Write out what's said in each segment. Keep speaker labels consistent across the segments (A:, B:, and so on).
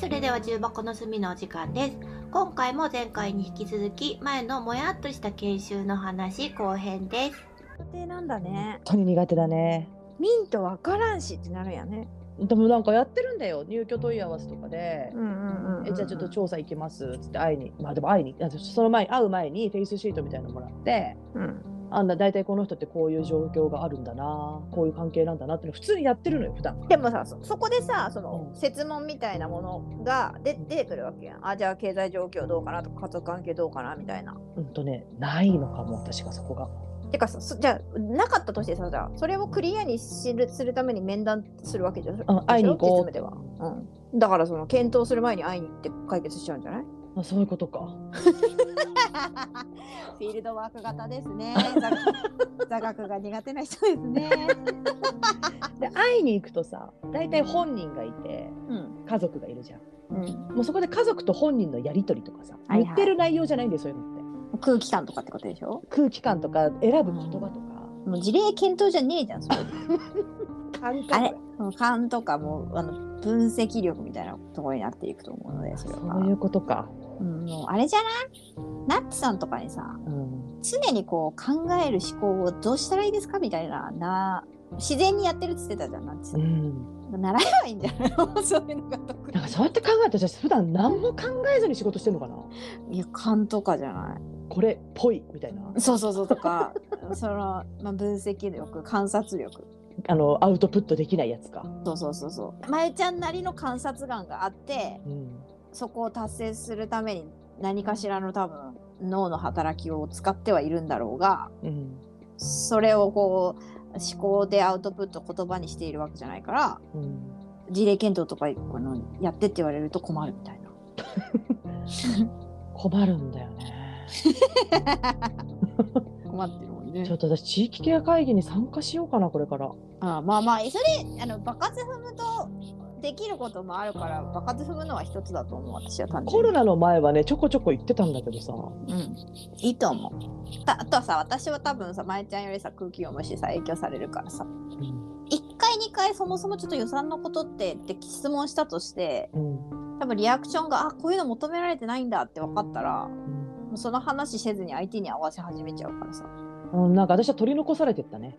A: それでは重箱の隅のお時間です。今回も前回に引き続き、前のもやっとした研修の話後編です。
B: 苦手なんだね
C: 本。当に苦手だね。
B: ミントわからんしってなるんやね。
C: でもなんかやってるんだよ入居問い合わせとかで
B: う。ん
C: えじゃあちょっと調査行きますっつって会いにまあでも会いにあその前に会う前にフェイスシートみたいなのもらって
B: うん。
C: あんな大体この人ってこういう状況があるんだなこういう関係なんだなっての普通にやってるのよ普段
B: でもさそ、そこでさ、その
C: うん
B: 設問みたいなものが出出てくるわけやん。あ、じゃあ経済状況どうかなとか、家族関係どうかなみたいな。
C: うんとねないのかも私がそこが
B: てかさ、そじゃあなかったとしてさ、じゃあそれをクリアにするするために面談するわけじゃん。
C: あ会いに行こう
B: でしょ実務では。うん。だからその検討する前に会いに行って解決しちゃうんじゃない
C: あそういうことか
B: フィールドワーク型です ね。座学が苦手な人ですね。
C: で会いに行くとさ大体本人がいて
B: うん。
C: 家族がいるじゃん
B: うん。
C: もうそこで家族と本人のやり取りとかさ
B: はいはい
C: 言ってる内容じゃないんだよそういうのって
B: 空気感とかってことでしょ
C: 空気感とか選ぶ言葉とか、
B: もう事例検討じゃねえじゃんそれ
C: 感
B: あれもう勘とかもうあの分析力みたいなところになっていくと思うのでそれは
C: そういうことか。
B: うん、もうあれじゃないナッツさんとかにさ
C: うん。
B: 常にこう考える思考をどうしたらいいですかみたいなな自然にやってるっつってたじゃんナッツさん、習えばいいんじゃないのそういうのが得意
C: なんかそうやって考えたら、じゃあ普段何も考えずに仕事してんのかな。
B: いや勘とかじゃない
C: これっぽいみたいな。
B: そうそうそうとか その、まあ、分析力観察力
C: あのアウトプットできないやつか。
B: そうそうそうそうまゆちゃんなりの観察眼があって
C: うん。
B: そこを達成するために何かしらの多分脳の働きを使ってはいるんだろうが
C: うん。
B: それをこう思考でアウトプット言葉にしているわけじゃないから
C: うん。
B: 事例検討とかこのやってって言われると困るみたいな。
C: 困るんだよね。
B: 困ってるもん
C: ちょ
B: ね
C: っ。と私地域ケア会議に参加しようかなこれから。
B: ああまあまあそれあの爆発踏むとできることもあるから爆発踏むのは一つだと思う私は単
C: コ
B: 純に
C: ロナの前はねちょこちょこ行ってたんだけどさ。
B: うん、いいと思う。たあとはさ私は多分さまえちゃんよりさ空気読むしさ影響されるからさ
C: うん。
B: 1回2回そもそもちょっと予算のことってって質問したとして
C: うん。
B: 多分リアクションがあこういうの求められてないんだって分かったらも
C: うん
B: うその話せずに相手に合わせ始めちゃうからさ
C: うん、なんか私は取り残され てったね。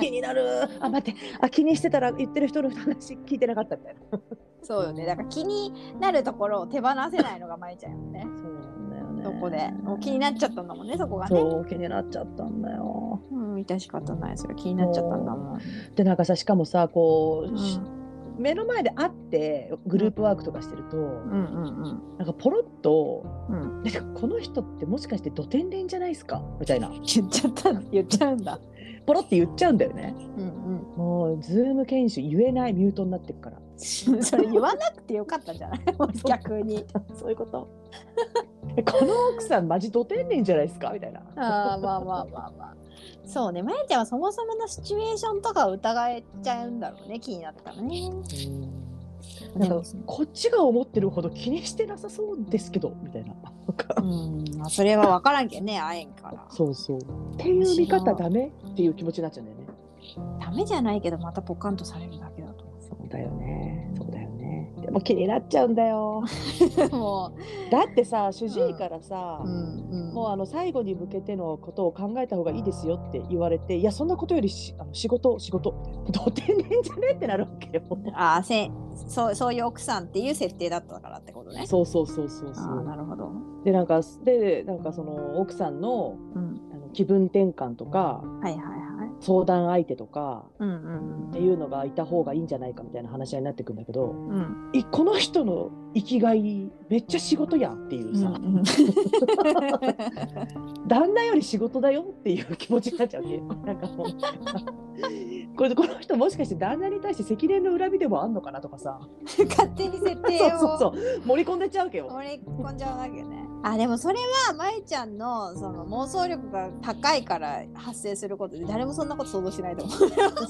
C: 気になる。あ、待って。あ、気にしてたら言ってる人の話聞いてなかったみたいな。
B: そうよねだから気になるところを手放せないのがまえちゃんよね
C: そうなんだよね
B: そこでもう気になっちゃったんだもんねそこがね
C: そう気になっちゃったんだよ。
B: うん致し方ないそれ気になっちゃったんだもん、
C: でなんかさしかもさこう、
B: うん、
C: し目の前で会ってグループワークとかしてると、
B: うんうん
C: なんかポロッと
B: うんうん
C: 「なんかこの人ってもしかして土天然じゃないですか?」みたいな
B: 言っちゃったんだ言っちゃうんだ
C: ポロって言っちゃうんだよね。
B: うん
C: もうズーム研修言えないミュートになってるから。
B: うんそれ言わなくてよかったんじゃない逆に
C: そういうこと。えこの奥さんマジ土天然じゃないですかみたいな。
B: あーまあまあまあまあそうねまやちゃんはそもそものシチュエーションとかを疑えちゃうんだろうね気になったらね
C: うんなんかこっちが思ってるほど気にしてなさそうですけどみたいな。なんか
B: うんまあそれは分からんけどね会えんから
C: そうそう。っていう見方ダメっていう気持ちになっちゃうんだよね。
B: ダメじゃないけどまたポカンとされるだけだと
C: そうだよね。そうだよね。でも気になっちゃうんだ よ。
B: も
C: だってさ、主治医からさ、
B: う、うんうん、
C: もうあの最後に向けてのことを考えた方がいいですよって言われて、いやそんなことよりしあの仕事仕事土天然じゃねえってなるわ けよ。
B: ああせそうそういう奥さんっていう設定だったからってことね
C: そうそうそうそう
B: あ
C: そ
B: あ
C: う。
B: なるほど、
C: でなんかでなんかその奥さんの
B: うん、
C: あの気分転換とか
B: はいはいはい
C: 相談相手とか
B: うんうん
C: っていうのがいた方がいいんじゃないかみたいな話し合いになってくんだけど、
B: うんうん
C: いこの人の生きがいめっちゃ仕事やんっていうさ。
B: うんうん
C: 旦那より仕事だよっていう気持ちになっちゃうね。 なんかもうこれこの人もしかして旦那に対して積年の恨みでもあんのかなとかさ、
B: 勝手に設定
C: そう
B: を
C: そうそう盛り込んでっちゃうわけよ。
B: 盛り込んじゃうわけねあでもそれはまえちゃんのその妄想力が高いから発生することで誰もそんなこと想像しないと思う。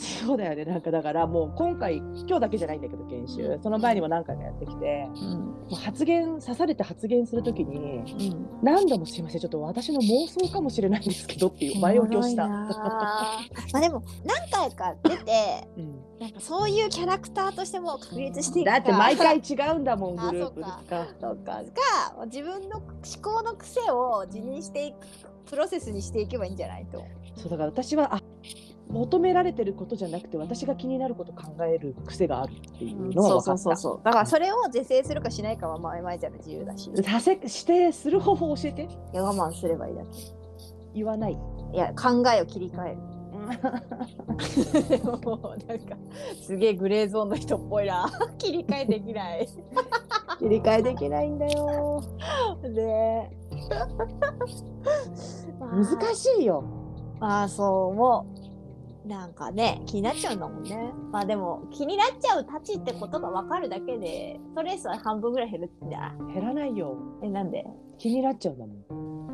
C: そうだよねなんかだからもう今回今日だけじゃないんだけど研修その前にも何回かやってきて
B: うん
C: もう発言刺されて発言するときに
B: うん、
C: 何度もすいませんちょっと私の妄想かもしれないんですけどっていう前置きをした。
B: まあでも何回か出て
C: うん
B: なんかそういうキャラクターとしてもう確立していく
C: だ
B: か
C: って毎回違うんだもん
B: あ
C: グループですか。
B: そうかか自分の思考の癖を辞任していくプロセスにしていけばいいんじゃないと。
C: そうだから私はあ求められてることじゃなくて私が気になること考える癖があるっていうのは分かった。
B: そうだからそれを是正するかしないかはまあまえちゃんの自由だし
C: させしてする方法を教えて
B: いや我慢すればいいだけ
C: 言わない。
B: いや考えを切り替える。もうなんかすげえグレーゾーンの人っぽいな 切り替えできない
C: 切り替えできないんだよ。
B: ね
C: 難
B: い
C: しいよ。
B: まあそう思うなんかね気になっちゃうんだもんねまあでも気になっちゃうたちってことが分かるだけでストレスは半分ぐらい減るんだ
C: 減らないよ。
B: えなんで
C: 気になっちゃうんだもん。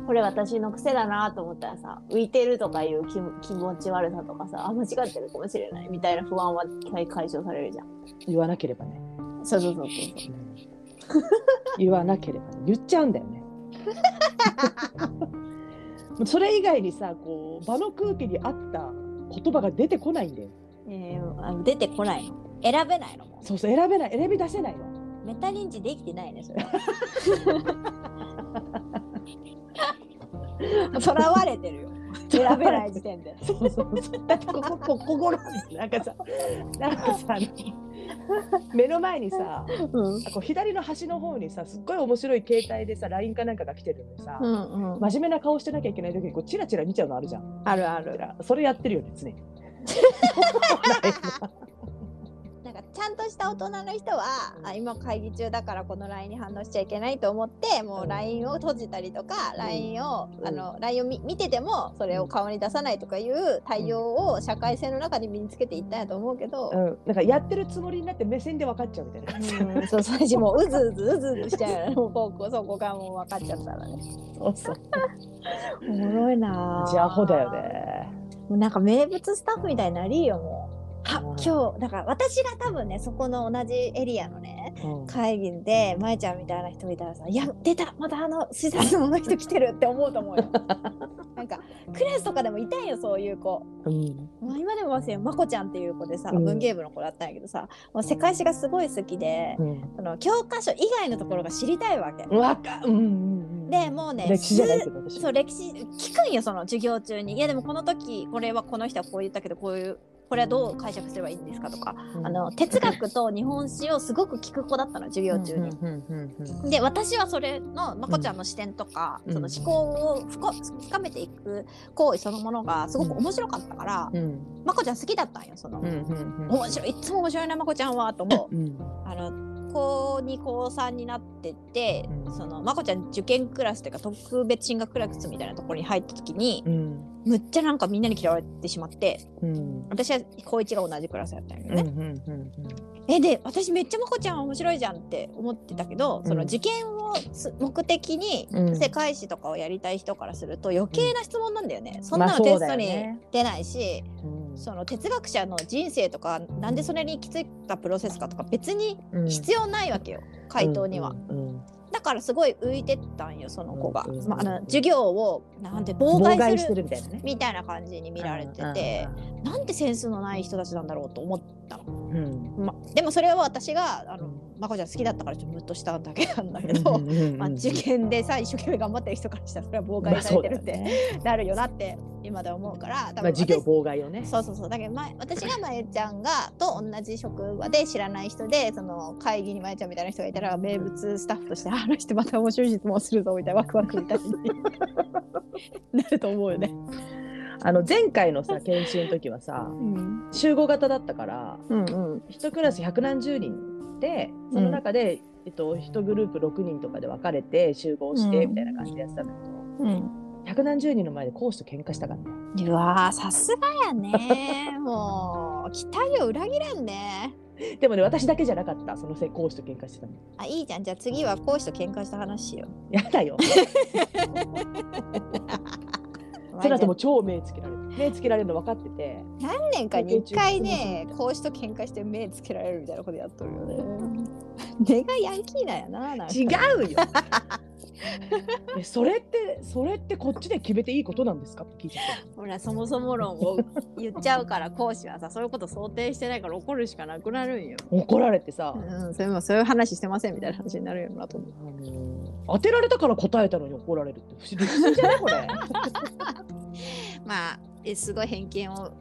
B: これ私の癖だなと思ったらさ浮いてるとかいう気気持ち悪さとかさあ間違ってるかもしれないみたいな不安は解消されるじゃん
C: 言わなければね。
B: そうそうそうそう
C: うん言わなければね言っちゃうんだ よね。もうそれ以外にさこう場の空気に合った言葉が出てこないんだよ。
B: えー、あの出てこないの選べないのも
C: そうそう選べない選び出せないの。
B: うメタ認知できてないねそれとらわれてるよ選べない時点で
C: そうそうそう。だってこここここなんかさなんかさあの目の前にさ
B: うん
C: こう左の端の方にさすっごい面白い携帯でさ LINE かなんかが来てるのにさ、
B: うんうん
C: 真面目な顔してなきゃいけない時にこうチラチラ見ちゃうのあるじゃん。
B: あるあ
C: だか
B: る
C: らそれやってるよね 常に。
B: なんかちゃんとした大人の人はあ今会議中だからこの LINE に反応しちゃいけないと思っても
C: う
B: うん LINE を閉じたりとか、LINE を、
C: うん
B: あの LINE を見見ててもそれを顔に出さないとかいう対応を社会性の中で身につけていったんやと思うけど、
C: うん、なんかやってるつもりになって目線で分かっちゃうみたいな感じ。
B: うん、そう最初もううずうずうずうずしちゃうよねもうこうこうそこがもう分かっちゃったらね
C: そうそう。
B: おもろいな
C: 邪魔だよね。
B: もうなんか名物スタッフみたいになりよもうは
C: うん
B: 今日だから私が多分ねそこの同じエリアのね
C: うん
B: 会議でまえちゃんみたいな人いたらさ「いや出たまたあの視察のあの人来てる」って思うと思うよ。なんかクラスとかでもいたんよそういう子。
C: うん。
B: もう今でも忘れんまこちゃんっていう子でさ、
C: うん
B: 文芸部の子だったんやけどさもう世界史がすごい好きで、
C: うん。
B: その教科書以外のところが知りたいわけ。
C: わか。うんうんうん。
B: でもうね
C: 歴史じゃないけど私。
B: そう歴史聞くんよその授業中に「いやでもこの時これはこの人はこう言ったけどこういうこれはどう解釈すればいいんですか?」とか
C: うん
B: あの哲学と日本史をすごく聞く子だったの授業中に。
C: うんうんうんうん
B: で私はそれのまこちゃんの視点とか、
C: うん
B: その思考を深深めていく行為そのものがすごく面白かったから、
C: うん
B: まこちゃん好きだったんよその、
C: うんうん
B: 面白いいつも面白いなまこちゃんはと思う
C: う。ん
B: あの高2高3になってて、
C: うん
B: そのまこちゃん受験クラスというか特別進学クラスみたいなところに入った時に、
C: うん
B: むっちゃなんかみんなに嫌われてしまって
C: うん
B: 私は高1が同じクラスやったんよね。
C: うんうんうん
B: えで私めっちゃまこちゃん面白いじゃんって思ってたけど、
C: うん
B: その受験をす目的に
C: うん
B: 世界史とかをやりたい人からすると余計な質問なんだよね、そん
C: ま
B: な
C: あ
B: の
C: そ
B: テ
C: う
B: ス
C: だ
B: ト
C: よ
B: に
C: ね
B: 出ないし、
C: うん
B: その哲学者の人生とかなんでそれに行き着いたプロセスかとか別に
C: うん
B: 必要ないわけよ、回答には、
C: うんうん
B: だからすごい浮いてったんよその子が、
C: うん
B: まあ、あの授業をなんて
C: うん
B: 妨
C: 妨
B: 害
C: 害
B: す
C: し
B: る
C: てるみたいなね
B: みたいな感じに見られてて、なんてセンスのない人たちなんだろうと思ったの。
C: うんうん
B: ま、でもそれは私があのまこちゃん好きだったからちょっとムッとしただけなんだけど、
C: うんうんう ん
B: まあ、受験でさ一生懸命頑張ってる人からしたらそれは妨害されてるって、
C: まあそうだよね
B: なるよなって今では思うから多
C: まあ
B: 私
C: 授業妨害をね
B: そうそうそうだけど、ま、私がまゆちゃんがと同じ職場で知らない人でその会議にまゆちゃんみたいな人がいたら名物スタッフとしてああの人また面白い質問するぞみたいなワクワクみたいになると思うよね。
C: あの前回のさ研修の時はさ
B: うん
C: 集合型だったから
B: うんうん
C: 一クラス百何十人でその中で、えっと、一グループ6人とかで分かれて集合し
B: う
C: て
B: ん
C: みたいな感じでやってたんだけど、
B: うん、
C: 百何十人の前で講師と喧嘩したからね
B: うわーさすがやねもう期待を裏切らんね。
C: でもね私だけじゃなかったそのせい講師と喧嘩してたの
B: あいいじゃんじゃあ次は講師と喧嘩した話しよ
C: やだ
B: う。
C: よ その後もう超目つけられる目つけられるの分かってて
B: 何年かに一回ね講師と喧嘩して目つけられるみたいなことやっとるよね。根がヤンキーなんやななんか
C: 違うよ えそれってそれってこっちで決めていいことなんですかって聞いてた
B: ほらそもそも論を言っちゃうから講師はさそういうこと想定してないから怒るしかなくなるんよ。
C: 怒られてさ、
B: うん、それもそういう話してませんみたいな話になるよなと思う。
C: あの当てられたから答えたのに怒られるって不思議不思議じゃないこれ、
B: まあえすごい偏見を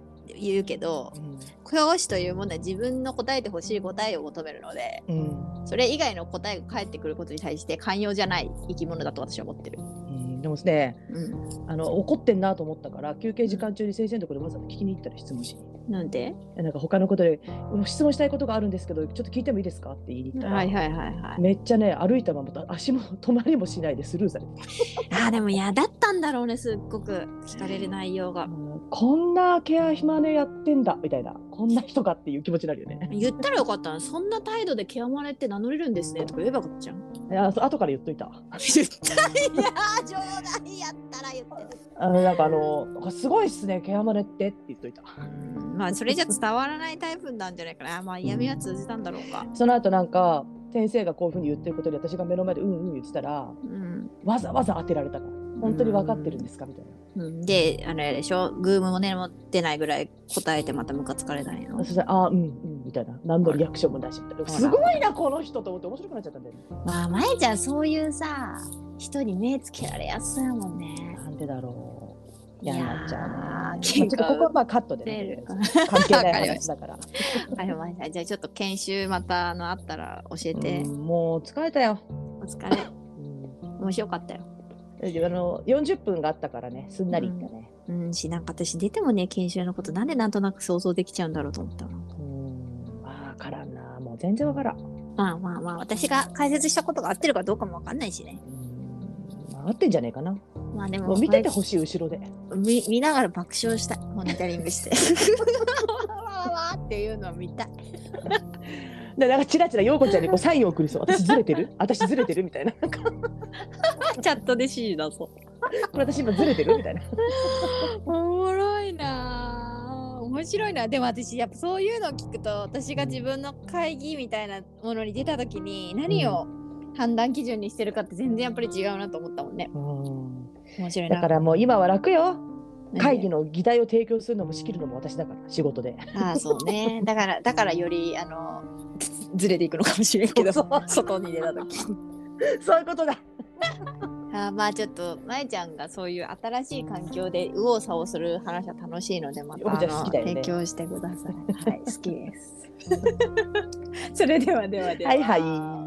B: 言うけど
C: うん
B: 教師というものは自分の答えてほしい答えを求めるので
C: うん
B: それ以外の答えが返ってくることに対して寛容じゃない生き物だと私は思ってる。
C: うんでもね
B: うん、
C: あの怒ってんなと思ったから休憩時間中に先生のところでわざわざ聞きに行ったら質問しに
B: なんで
C: なんか他のことで質問したいことがあるんですけどちょっと聞いてもいいですかって言いに行ったら、
B: はいはいはいはい。
C: めっちゃね歩いたまま足も止まりもしないでスルーされて
B: あーでも嫌だったんだろうねすっごく聞かれる内容が。
C: こんなケアマネやってんだみたいなこんな人かっていう気持ちになるよね。
B: 言ったらよかったなそんな態度でケアマネって名乗れるんですねとか言えばよかったじゃん。
C: いやそう後から言っとい た。
B: 言ったいやー冗談やったら言ってる。
C: あのなんかあのなんかすごいっすねケアマネってって言っといた。
B: まあそれじゃ伝わらないタイプなんじゃないかな。まあ嫌味は通じたんだろうか。
C: その後なんか先生がこういうふうに言ってることで私が目の前でうんうん言ってたら
B: うん。
C: わざわざ当てられたから本当に分かってるんですかみたい
B: うん、であれでしょグームもねも出ないぐらい答えてまたムカつかれたんや
C: な。
B: ろ
C: そしたらあーうんうんみたいな何のリアクションもないしみたいな
B: ら
C: すごいなこの人と思って面白くなっちゃったんだよね。
B: まあまえちゃんそういうさ人に目つけられやすいもんね。
C: なんでだろう。嫌になっちゃうな。ま
B: な
C: あちょっとここはまあカットで、ね、関係ない話だ から。
B: わかりました。じゃあちょっと研修またあのあったら教えて。
C: うんもう疲れたよ。
B: お疲れ。
C: うん
B: 面白かったよ。
C: あの40分があったからねすんなりいったね、
B: うんしなんか私出てもね研修のことなんでなんとなく想像できちゃうんだろうと思ったの。
C: うん、あ分からんなもう全然分からん、う
B: まあまあまあ私が解説したことが合ってるかどうかもわかんないしね。
C: んまあ、合ってんじゃねえかな
B: まあでも
C: もう見ててほしい後ろで
B: 見見ながら爆笑したいモニタリングして。わわわわっていうのを見たい。
C: でなんかチラチラ陽子ちゃんに こうサインを送りそう私ずれてる私ずれてるみたいななんかこ
B: チャットで指示だそう。
C: れ私今ずれてるみたいな
B: おもろいなあ面白いなでも私やっぱそういうのを聞くと私が自分の会議みたいなものに出た時に何を判断基準にしてるかって全然やっぱり違うなと思ったもんね
C: うん
B: 面白い
C: だ
B: な
C: からもう今は楽よ
B: ね
C: 会議の議題を提供するのも仕切るのも私だから仕事で
B: ああそうねだからだからよりあのずれていくのかもしれんけど
C: そう
B: 外に出た時
C: そういうことだ
B: ああまあちょっとまえちゃんがそういう新しい環境で右往左往する話は楽しいのでまたあ
C: よくじゃあ
B: の、
C: 好きだよね
B: 提供してくださいはい好きです それではではでは
C: はいはい